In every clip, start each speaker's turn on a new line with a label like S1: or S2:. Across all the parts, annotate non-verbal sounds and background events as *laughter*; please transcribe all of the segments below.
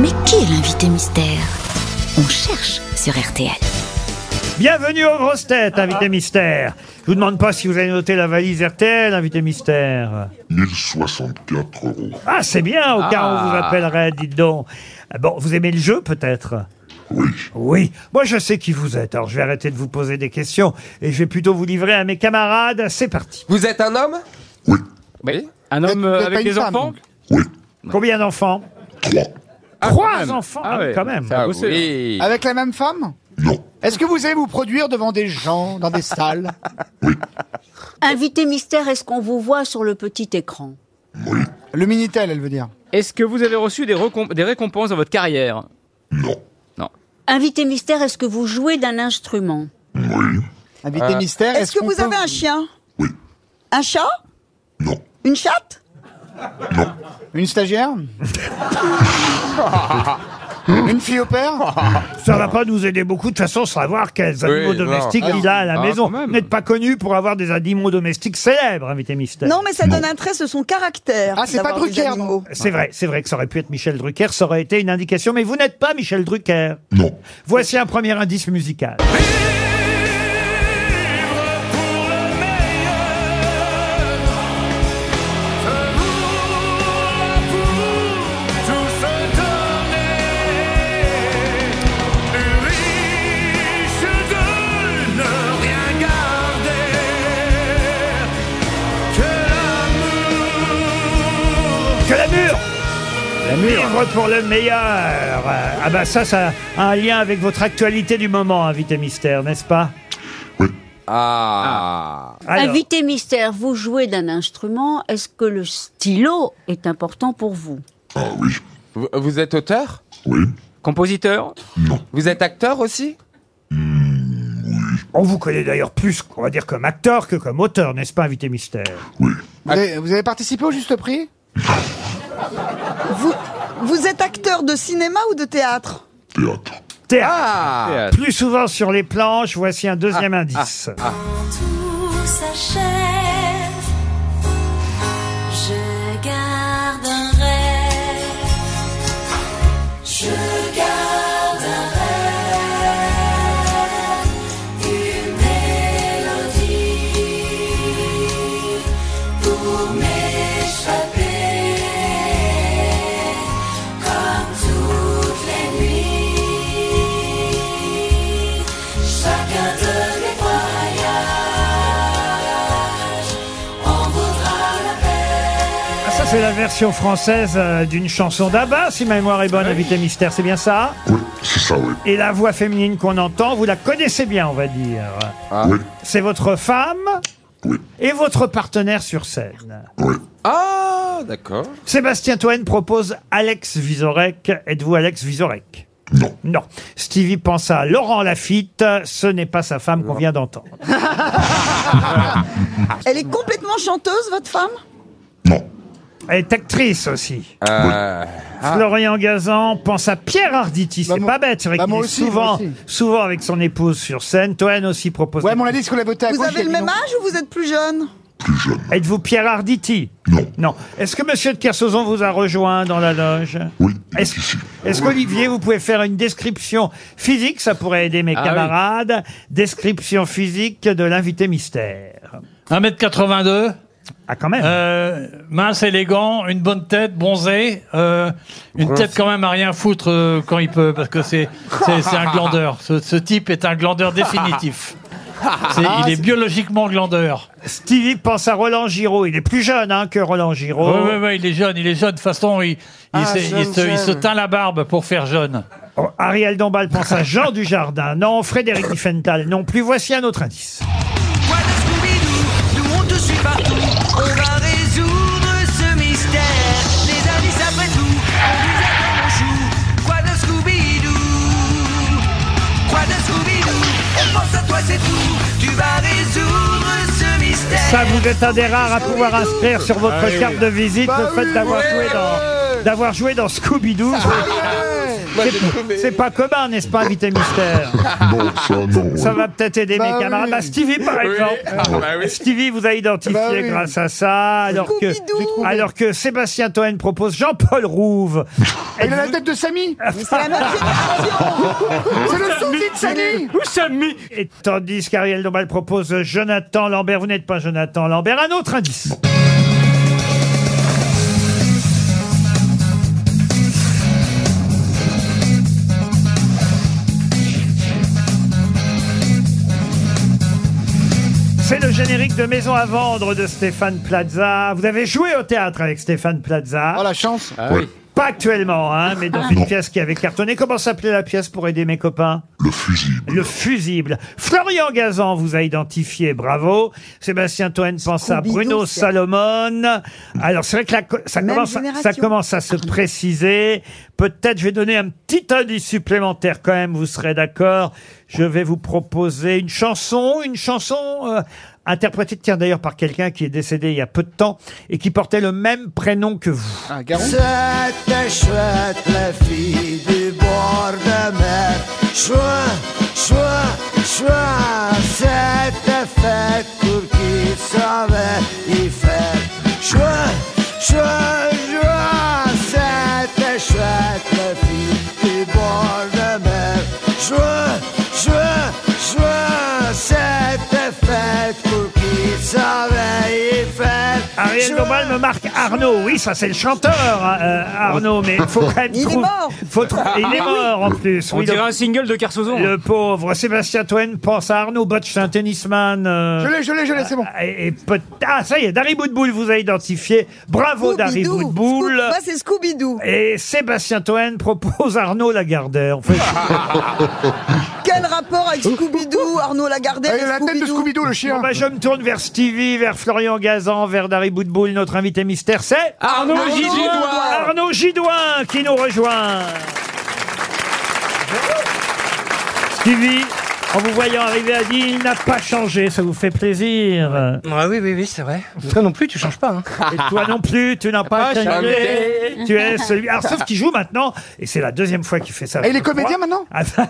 S1: Mais qui est l'invité mystère On cherche sur RTL.
S2: Bienvenue aux grosses têtes, invité mystère. Je vous demande pas si vous avez noté la valise RTL, invité mystère.
S3: 1064 euros.
S2: Ah, c'est bien, au cas où on vous
S4: Ah.
S2: appellerait, dites donc. Ah Bon, vous aimez le jeu, peut-être
S3: Oui.
S2: Oui. Moi, je sais qui vous êtes. Alors, je vais arrêter de vous poser des questions et je vais plutôt vous livrer à mes camarades. C'est parti.
S4: Vous êtes un homme
S3: Oui.
S4: Oui.
S5: Un homme euh, avec des enfants
S3: Oui.
S2: Combien d'enfants
S3: 3.
S5: quand
S2: Trois
S5: même.
S2: enfants,
S5: Ah
S2: Ah,
S5: ouais.
S2: quand même.
S4: Ah
S5: bossé,
S4: oui.
S6: Avec la même femme
S3: Non.
S6: Est-ce que vous allez vous produire devant des gens, dans des *laughs* salles
S7: Invité mystère, est-ce qu'on vous voit sur le petit écran
S6: Le Minitel, elle veut dire.
S5: Est-ce que vous avez reçu des, recom- des récompenses dans votre carrière
S3: Non.
S7: Invité mystère, est-ce que vous jouez d'un instrument
S3: Oui.
S6: Invité
S4: Euh,
S6: mystère,
S8: Est-ce que
S6: qu'on
S8: vous
S6: peut
S8: avez un chien
S3: Oui.
S8: Un chat
S3: Non.
S8: Une chatte
S3: Non.
S6: Une *laughs* stagiaire Une fille au père
S2: Ça va pas nous aider beaucoup. De toute façon, savoir quels animaux
S4: non.
S2: domestiques
S4: Ah,
S2: il a à la
S4: ah,
S2: maison.
S4: quand même.
S2: Vous n'êtes pas connu pour avoir des animaux domestiques célèbres, invité mystère.
S8: Non, mais ça donne un trait de son caractère.
S6: Ah, c'est pas
S8: d'avoir des
S6: Drucker,
S8: animaux.
S6: non
S2: C'est vrai, c'est vrai que ça aurait pu être Michel Drucker, ça aurait été une indication, mais vous n'êtes pas Michel Drucker.
S3: Non.
S2: Voici un premier indice musical. Que la mûre Vivre pour le meilleur Euh, Ah bah ça, ça a un lien avec votre actualité du moment, invité mystère, n'est-ce pas
S3: Oui.
S4: Ah.
S2: Alors,
S7: Invité mystère, vous jouez d'un instrument, est-ce que le stylo est important pour vous
S3: Ah oui.
S4: Vous, vous êtes auteur
S3: Oui.
S5: Compositeur
S3: Non.
S4: Vous êtes acteur aussi
S2: On vous connaît d'ailleurs plus, on va dire, comme acteur que comme auteur, n'est-ce pas, invité mystère
S3: Oui.
S6: vous avez, vous avez participé au juste prix
S8: Vous, vous êtes acteur de cinéma ou de théâtre
S3: Théâtre.
S2: Théâtre.
S4: Ah.
S5: Théâtre.
S2: Plus souvent sur les planches, voici un deuxième indice.
S9: tout s'achève. Je garde un rêve. Je garde un rêve. Une mélodie pour m'échapper. Comme toutes les nuits, chacun de mes voyages en vaudra la peine.
S2: Ah, ça, c'est la version française euh, d'une chanson d'Abba, si ma mémoire est bonne, invité mystère, c'est bien ça
S3: Oui. C'est ça, oui.
S2: Et la voix féminine qu'on entend, vous la connaissez bien, on va dire.
S3: Oui.
S2: C'est votre femme
S3: Oui.
S2: et votre partenaire sur scène.
S3: Oui.
S4: Ah, d'accord.
S2: Sébastien Toen propose Alex Vizorek. Êtes-vous Alex Vizorek
S3: Non.
S2: Non. Stevie pense à Laurent Lafitte. Ce n'est pas sa femme qu'on vient d'entendre.
S8: Elle est complètement chanteuse, votre femme
S3: Non.
S2: Elle est actrice aussi.
S4: Euh,
S2: Florian Gazan pense à Pierre Arditi. C'est
S6: Bah, moi-
S2: pas bête. C'est vrai
S6: bah,
S2: qu'il
S6: moi
S2: est
S6: aussi, moi
S2: souvent,
S6: aussi.
S2: souvent avec son épouse sur scène. Toen aussi propose.
S6: Ouais, mais on a dit ce qu'on la voté à
S8: Vous
S6: gauche.
S8: avez
S6: elle
S8: le
S6: a dit
S8: même
S6: non.
S8: âge ou vous êtes plus jeune
S2: Êtes-vous Pierre Arditi
S3: Non.
S2: Non. Est-ce que Monsieur de Kersauzon vous a rejoint dans la loge
S3: Oui. Il est
S2: Est-ce-
S3: ici.
S2: Est-ce qu'Olivier, vous pouvez faire une description physique Ça pourrait aider mes
S5: Ah oui.
S2: camarades. Description physique de l'invité mystère.
S10: 1m82,
S2: Ah, quand même.
S10: euh, mince, élégant, une bonne tête, bronzé, euh, une
S4: Bronzé.
S10: tête quand même à rien foutre euh, quand il peut, parce que c'est c'est- c'est un
S6: *laughs*
S10: glandeur. Ce, ce type est un glandeur définitif. C'est-
S6: Ah,
S10: il est biologiquement glandeur.
S2: Stevie pense à Roland Giraud. Il est plus jeune hein, que Roland Giraud.
S10: Oui, oui, oui, il est jeune, il est jeune. De toute façon, il, il s'est- il
S6: Oh. Ah, jeune,
S10: se, il se
S6: jeune.
S10: teint la barbe pour faire jeune.
S2: Oh, Ariel Dombal pense à Jean *laughs* Dujardin. Non, Frédéric Diffental non plus. Voici un autre indice.
S9: Voilà Scooby-Doo, nous on te suit partout. On va résoudre ce mystère. Les indices après tout, on vous attend on joue. Quoi de Scooby-Doo Quoi de Scooby-Doo On pense à toi, c'est tout. Tu vas résoudre ce mystère.
S2: Ça, vous êtes un des rares à pouvoir inscrire sur votre carte de visite le fait d'avoir joué dans d'avoir joué dans Scooby-Doo.
S4: Moi, j'ai trouvé.
S2: C'est pas commun, n'est-ce pas, invité mystère
S3: Non, ça, non.
S2: Ça
S3: ouais.
S2: va peut-être aider
S6: Bah
S2: mes
S6: oui.
S2: camarades. Bah, Stevie, par
S4: Oui.
S2: exemple.
S4: Ah, bah oui.
S2: Stevie vous a identifié
S6: Bah oui.
S2: grâce à ça, alors que,
S8: Scooby-Doo. J'ai trouvé.
S2: alors que Sébastien Toen propose Jean-Paul Rouve.
S6: Et il a la tête de Samy
S8: Mais c'est la même génération.
S6: *laughs* C'est le sosie de Samy
S5: Où ça met
S2: Et tandis qu'Ariel Dombal propose Jonathan Lambert, vous n'êtes pas Jonathan Lambert, un autre indice. C'est le générique de Maison à vendre de Stéphane Plaza. Vous avez joué au théâtre avec Stéphane Plaza.
S6: Oh la chance
S3: Ouais.
S2: Pas actuellement, hein, mais dans une pièce qui avait cartonné. Comment s'appelait la pièce pour aider mes copains
S3: Le fusible.
S2: le fusible. Florian Gazan vous a identifié, bravo. Sébastien Toen pense à
S8: Scooby-Doo,
S2: Bruno
S8: c'est-
S2: Salomon. Alors c'est vrai que la co- ça,
S8: Même
S2: commence, à- ça
S8: génération. Ah,
S2: commence à se préciser. Peut-être je vais donner un petit indice supplémentaire quand même, vous serez d'accord. Je vais vous proposer une chanson, une chanson euh, interprétée tiens d'ailleurs par quelqu'un qui est décédé il y a peu de temps et qui portait le même prénom que vous.
S6: Ah, Garon
S9: C'était chouette, la fille du bord de mer. Chouin, chouin, chouin, c'était fête pour qui savait y faire. Chouin, chouin, chouin, c'était chouette, la fille du bord de mer. Chouin, chouin, chouin, c'était fête pour qui savait y faire.
S2: Ariel Dombal me marque Arnaud. Oui, ça c'est le chanteur, hein, euh,
S9: *laughs*
S2: Arnaud, mais faut quand même
S8: Il est
S2: trouver-
S8: mort. Ah
S2: Faut trou- Il est mort en plus.
S5: On
S2: Oui,
S5: dirait
S2: donc,
S5: un single de Carsozon.
S2: le pauvre Sébastien Toen pense à Arnaud Botch, c'est un tennisman. euh,
S6: Je l'ai, je l'ai, je l'ai, c'est bon.
S2: et, et peut- ah, ça y est, Dari Boudboul vous a identifié. Bravo Dari
S8: Scooby-Doo.
S2: Boudboul.
S8: Scoo- Moi, c'est Scooby-Doo.
S2: Et Sébastien Toen propose Arnaud Lagardère. En fait,
S8: Quel rapport avec Scooby-Doo, Arnaud Lagardère
S6: Ah,
S8: et
S6: Il a la tête de
S8: Scooby-Doo
S6: Scooby-Doo, le chien.
S2: bah, je me tourne vers Stevie, vers Florian Gazan, vers Dari Boudboul, notre invité mystère. C'est
S5: Arnaud
S8: Arnaud
S5: Gidoin.
S8: Gidoin.
S2: Arnaud Gidoin qui nous rejoint. Stevie, en vous voyant arriver, a dit il n'a pas changé, ça vous fait plaisir.
S5: Ah oui, oui, oui, c'est vrai. Toi non plus, tu changes pas. Hein.
S2: Et toi non plus, tu n'as pas
S5: Pas
S2: changé. Tu es celui. Alors, sauf qu'il joue maintenant, et c'est la deuxième fois qu'il fait ça.
S6: Ah, il est comédien maintenant
S2: Ah,
S6: *laughs*
S2: ça-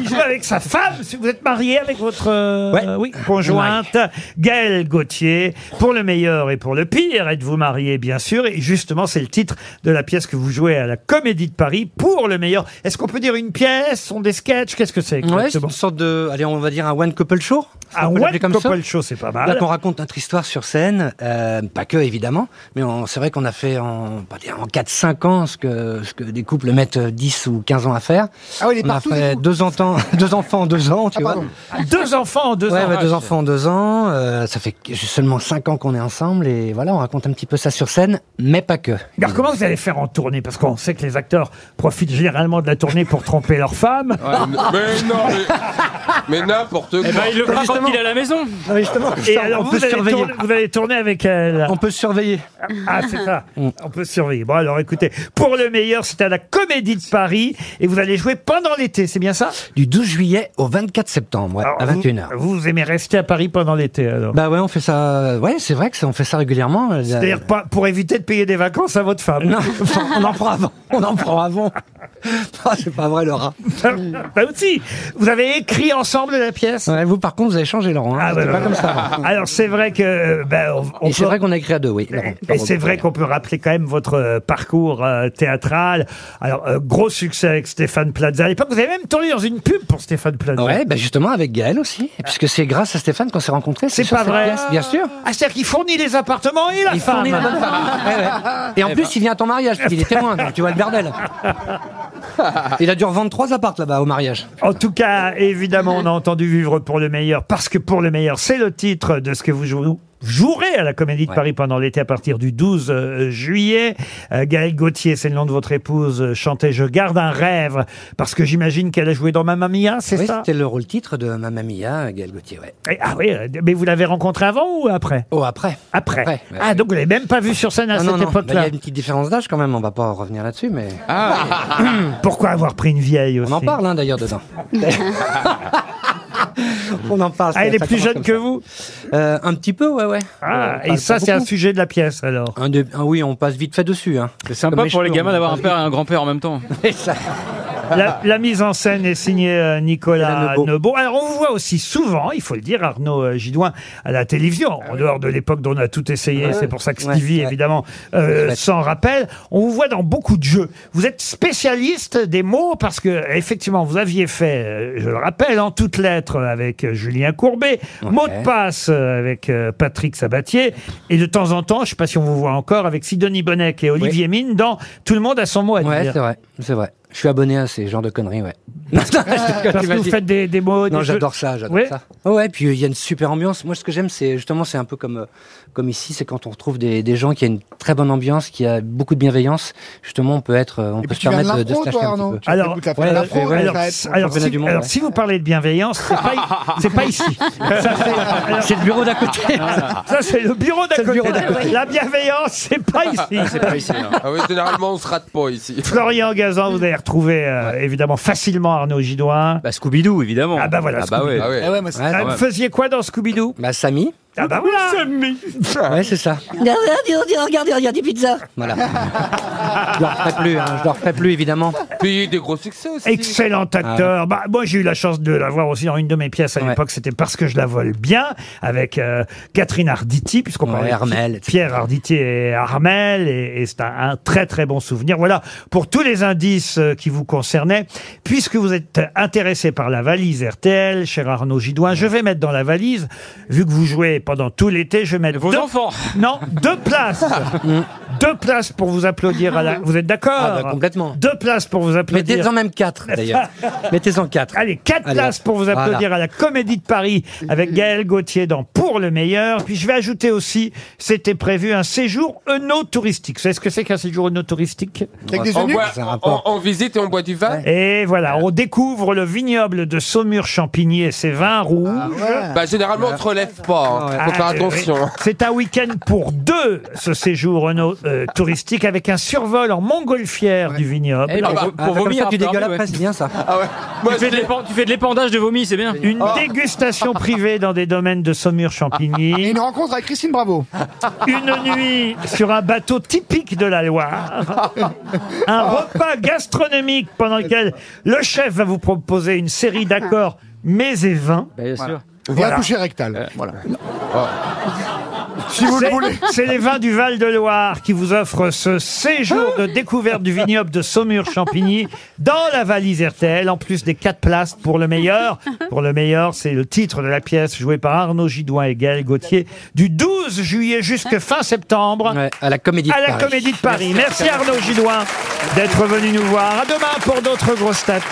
S2: il joue avec sa femme. Si Vous êtes marié avec votre euh,
S5: Ouais.
S2: oui, conjointe, Gaëlle Gauthier. Pour le meilleur et pour le pire, êtes-vous marié, bien sûr. Et justement, c'est le titre de la pièce que vous jouez à la Comédie de Paris. Pour le meilleur. Est-ce qu'on peut dire une pièce Sont des sketchs Qu'est-ce que c'est
S11: Ouais, c'est
S2: exactement
S11: une sorte de, allez, on va dire un one couple show.
S2: Un
S11: On peut
S2: one
S11: l'appeler comme ça.
S2: couple show, c'est pas mal.
S11: Là, qu'on raconte notre histoire sur scène, euh, pas que évidemment, mais on- c'est vrai qu'on a fait en, on va dire en 4-5 ans ce que, ce que des couples mettent 10 ou 15 ans à faire.
S6: Ah oui, il est
S11: on
S6: partout,
S11: a
S6: du
S11: fait
S6: coup.
S11: deux, entends- *laughs* deux enfants en deux ans, tu vois.
S6: pardon.
S2: Deux enfants en deux
S11: Ouais,
S2: ans.
S11: ouais, deux enfants en deux ans. euh, ça fait que- seulement 5 ans qu'on est ensemble et voilà, on raconte un petit peu ça sur scène, mais pas que.
S2: Alors comment vous allez faire en tournée Parce qu'on sait que les acteurs profitent généralement de la tournée pour tromper leurs
S11: *laughs*
S2: femmes.
S4: Mais non, mais, mais n'importe quoi.
S5: Eh ben, il le fera quand il est à la maison.
S2: Et alors
S11: on
S2: vous
S11: peut
S2: allez,
S11: surveiller.
S2: tourner, vous allez tourner avec elle.
S11: On peut se surveiller.
S2: Ah, c'est ça. On peut surveiller. Bon, alors écoutez, pour le meilleur, c'est à la Comédie de Paris et vous allez jouer pendant l'été, c'est bien ça
S11: Du 12 juillet au 24 septembre, ouais,
S2: Alors,
S11: à
S2: vous-
S11: 21h.
S2: Vous, aimez rester à Paris pendant l'été alors
S11: Bah ouais, on fait ça. Ouais, c'est vrai que ça, on fait ça régulièrement. Euh,
S2: C'est-à-dire pas pour éviter de payer des vacances à votre femme.
S11: Non, on en prend avant. On en prend avant. *laughs* Non, c'est pas vrai, Laura.
S2: *laughs* Bah aussi, vous avez écrit ensemble la pièce
S11: Ouais, vous, par contre, vous avez changé, Laurent. hein.
S2: Ah,
S11: C'était
S2: ouais,
S11: pas
S2: ouais,
S11: comme
S2: ouais.
S11: ça. avant.
S2: Alors c'est vrai que euh, ben, on, on
S11: Et c'est
S2: peut-
S11: vrai qu'on a écrit à deux, oui. Laurent.
S2: Et c'est vrai qu'on peut rappeler quand même votre euh, parcours euh, théâtral. Alors, euh, gros succès avec Stéphane Plaza. À l'époque, vous avez même tourné dans une pub pour Stéphane Plaza.
S11: Ouais, bah justement avec Gaël aussi, puisque c'est grâce à Stéphane qu'on s'est rencontrés.
S2: C'est
S11: sur
S2: pas
S11: cette
S2: vrai.
S11: pièce, Bien sûr.
S2: Ah, c'est-à-dire qu'il fournit les appartements et la femme. Eh ben.
S11: Et en plus, il vient à ton mariage, parce qu'il est témoin, donc tu vois
S2: *laughs*
S11: le bordel. Il a dû revendre trois appartes là-bas au mariage.
S2: En tout cas, évidemment, on a entendu vivre pour le meilleur, parce que pour le meilleur, c'est le titre de ce que vous jouez- jouerez à la Comédie de
S11: Ouais.
S2: Paris pendant l'été à partir du 12 euh, juillet. Euh, Gaëlle Gauthier, c'est le nom de votre épouse, euh, chantait Je garde un rêve, parce que j'imagine qu'elle a joué dans Mamma Mia, c'est
S11: Oui,
S2: ça
S11: c'était le rôle titre de Mamma Mia, Gaël Gauthier, ouais.
S2: Et- Ah oui, euh, mais vous l'avez rencontrée avant ou après
S11: Oh, après.
S2: Après.
S11: Après.
S2: Ah, donc vous l'avez même pas vue sur scène à
S11: Non,
S2: cette
S11: non, non. Bah, Il
S2: époque-là. Ah,
S11: y a une petite différence d'âge quand même, on va pas revenir là-dessus, mais
S2: Pourquoi avoir pris une vieille aussi *laughs*
S11: on en parle hein, d'ailleurs dedans. On en parle.
S2: Ah, elle est plus jeune que
S11: vous Euh, Un petit peu, ouais, ouais.
S2: Ah, et ça, c'est un sujet de la pièce, alors
S11: ah Oui, on passe vite fait dessus. hein.
S5: C'est sympa
S11: Comme
S5: pour les
S11: cheveux,
S5: gamins
S11: on
S5: d'avoir un
S11: passe *laughs*
S5: père et un grand-père en même temps.
S2: La, la mise en scène est signée euh, Nicolas
S5: Nicolas Nebo.
S2: Nebo. Alors, on voit aussi souvent, il faut le dire, Arnaud euh, Gidoin, à la télévision,
S11: Ah
S2: en dehors de l'époque dont on a tout essayé,
S11: Ouais.
S2: c'est pour ça que
S11: Ah Ouais,
S2: Stevie, évidemment, euh, s'en rappelle. On vous voit dans beaucoup de jeux. Vous êtes spécialiste des mots parce que, effectivement, vous aviez fait, euh, je le rappelle, en toutes lettres euh, avec euh, Julien Courbet, mot de passe euh, avec euh, Patrick Sabatier, et de temps en temps, je sais pas si on vous voit encore, avec Sidonie Bonnec et Olivier Mine dans Tout le monde a son mot à
S11: Ouais,
S2: dire.
S11: c'est vrai, c'est vrai. Je suis abonné à ces genres de conneries, ouais.
S2: Parce que vous faites des, des mots.
S11: Non,
S2: des jeux-
S11: j'adore ça, j'adore
S2: Ouais.
S11: ça. Oh ouais, puis il y a une super ambiance. Moi, ce que j'aime, c'est justement, c'est un peu comme, euh, comme ici, c'est quand on retrouve des, des gens qui ont une très bonne ambiance, qui a beaucoup de bienveillance. Justement, on peut être, euh, on peut se
S6: tu viens de
S11: permettre de, de
S6: l'impro,
S11: se lâcher
S6: toi,
S11: un petit
S6: Arnaud
S11: peu.
S6: Tu Alors- écoutes la fin de l'impro,
S11: ouais,
S6: la
S11: alors-
S6: fête,
S11: c'est-
S6: le
S11: alors,
S2: si,
S11: si-
S2: alors, si vous parlez de bienveillance, c'est pas,
S11: *laughs*
S2: i- c'est pas ici. Ça, c'est- alors-
S11: C'est le bureau d'à côté.
S2: Ça, c'est le bureau d'à
S11: Ah. C'est le
S2: côté.
S11: bureau d'à côté.
S2: La bienveillance, c'est pas ici.
S4: Ah oui, généralement, on se rate pas ici.
S2: Florian Gazan, vous allez retrouver euh, évidemment facilement Arnaud Gidoin.
S5: Bah, Scooby-Doo, évidemment.
S2: Ah bah voilà,
S5: Ah bah
S2: Scooby-Doo.
S5: ouais. Ah
S6: Eh
S5: ouais. Ah ouais, moi, c'est-
S2: Ah,
S5: quand
S2: Vous
S5: même.
S2: faisiez quoi dans Scooby-Doo
S11: Bah, Samy.
S2: Ah bah voilà *laughs*
S11: Ouais, c'est ça.
S8: Regardez, regardez, regardez, pizza.
S11: Voilà. je leur ferai plus, hein, je leur ferai plus, évidemment.
S4: Puis des gros succès aussi.
S2: Excellent
S11: Ah
S2: acteur. Bah, moi, j'ai eu la chance de l'avoir aussi dans une de mes pièces à l'époque. C'était parce que je la vole bien avec euh, Catherine Arditi, puisqu'on
S11: Ouais,
S2: parlait de
S11: Armel,
S2: Pi-
S11: etc.
S2: Pierre Arditi et Armel, et, et c'est un, un très très bon souvenir. Voilà pour tous les indices euh, qui vous concernaient. Puisque vous êtes intéressé par la valise RTL, cher Arnaud Gidoin, je vais mettre dans la valise, vu que vous jouez pendant tout l'été, je vais mettre
S5: Vos
S2: deux-
S5: enfants.
S2: Non, deux
S11: *laughs*
S2: places. deux places pour vous applaudir. À la... Vous êtes d'accord
S11: Mm. Ah bah, complètement.
S2: Deux places pour vous applaudir.
S11: Mettez-en même quatre, d'ailleurs. Mettez-en quatre.
S2: Allez, quatre
S11: Allez,
S2: places pour vous applaudir
S11: voilà.
S2: à la Comédie de Paris avec Gaël Gauthier dans Pour le meilleur. Puis je vais ajouter aussi, c'était prévu un séjour œnotouristique. Vous savez ce que c'est qu'un séjour œnotouristique
S6: Avec des
S4: on,
S6: eunuques
S4: boit- on- on visite et on boit du vin
S2: Et voilà, on découvre le vignoble de Saumur-Champigny et ses vins rouges.
S4: Bah, généralement, on se relève pas. hein. Ah Faut faire
S2: Ah, oui.
S4: attention. hein.
S2: C'est un week-end pour deux, ce séjour Renault, euh, touristique, avec un survol en montgolfière du vignoble.
S5: Eh, pour- pour
S11: Ah, comme
S5: vomir
S11: ça, tu
S5: un peu,
S11: dégueules
S5: ouais.
S11: après, c'est bien ça.
S5: Tu fais de l'épan- tu fais de l'épandage de vomi, c'est
S4: Eh
S5: bien.
S4: Oh.
S2: Une dégustation privée dans des domaines de Saumur-Champigny.
S6: Et une rencontre avec Christine Bravo.
S2: Une nuit sur un bateau typique de la Loire. Un repas gastronomique pendant lequel le chef va vous proposer une série d'accords mets et vins.
S5: Bah, bien sûr.
S6: Et un
S2: Voilà.
S6: toucher
S11: Euh,
S6: rectal. Voilà.
S11: oh.
S2: Si
S6: vous le
S2: C'est-
S6: voulez.
S2: C'est les vins du Val-de-Loire qui vous offrent ce séjour de découverte du vignoble de Saumur-Champigny dans la valise RTL, en plus des quatre places pour le meilleur. Pour le meilleur, c'est le titre de la pièce jouée par Arnaud Gidoin et Gaël Gauthier du 12 juillet jusqu'à fin septembre
S11: Ouais, à la comédie de
S2: à la
S11: Paris.
S2: Comédie de Paris. Merci Arnaud Gidoin d'être venu nous voir. À demain pour d'autres grosses têtes.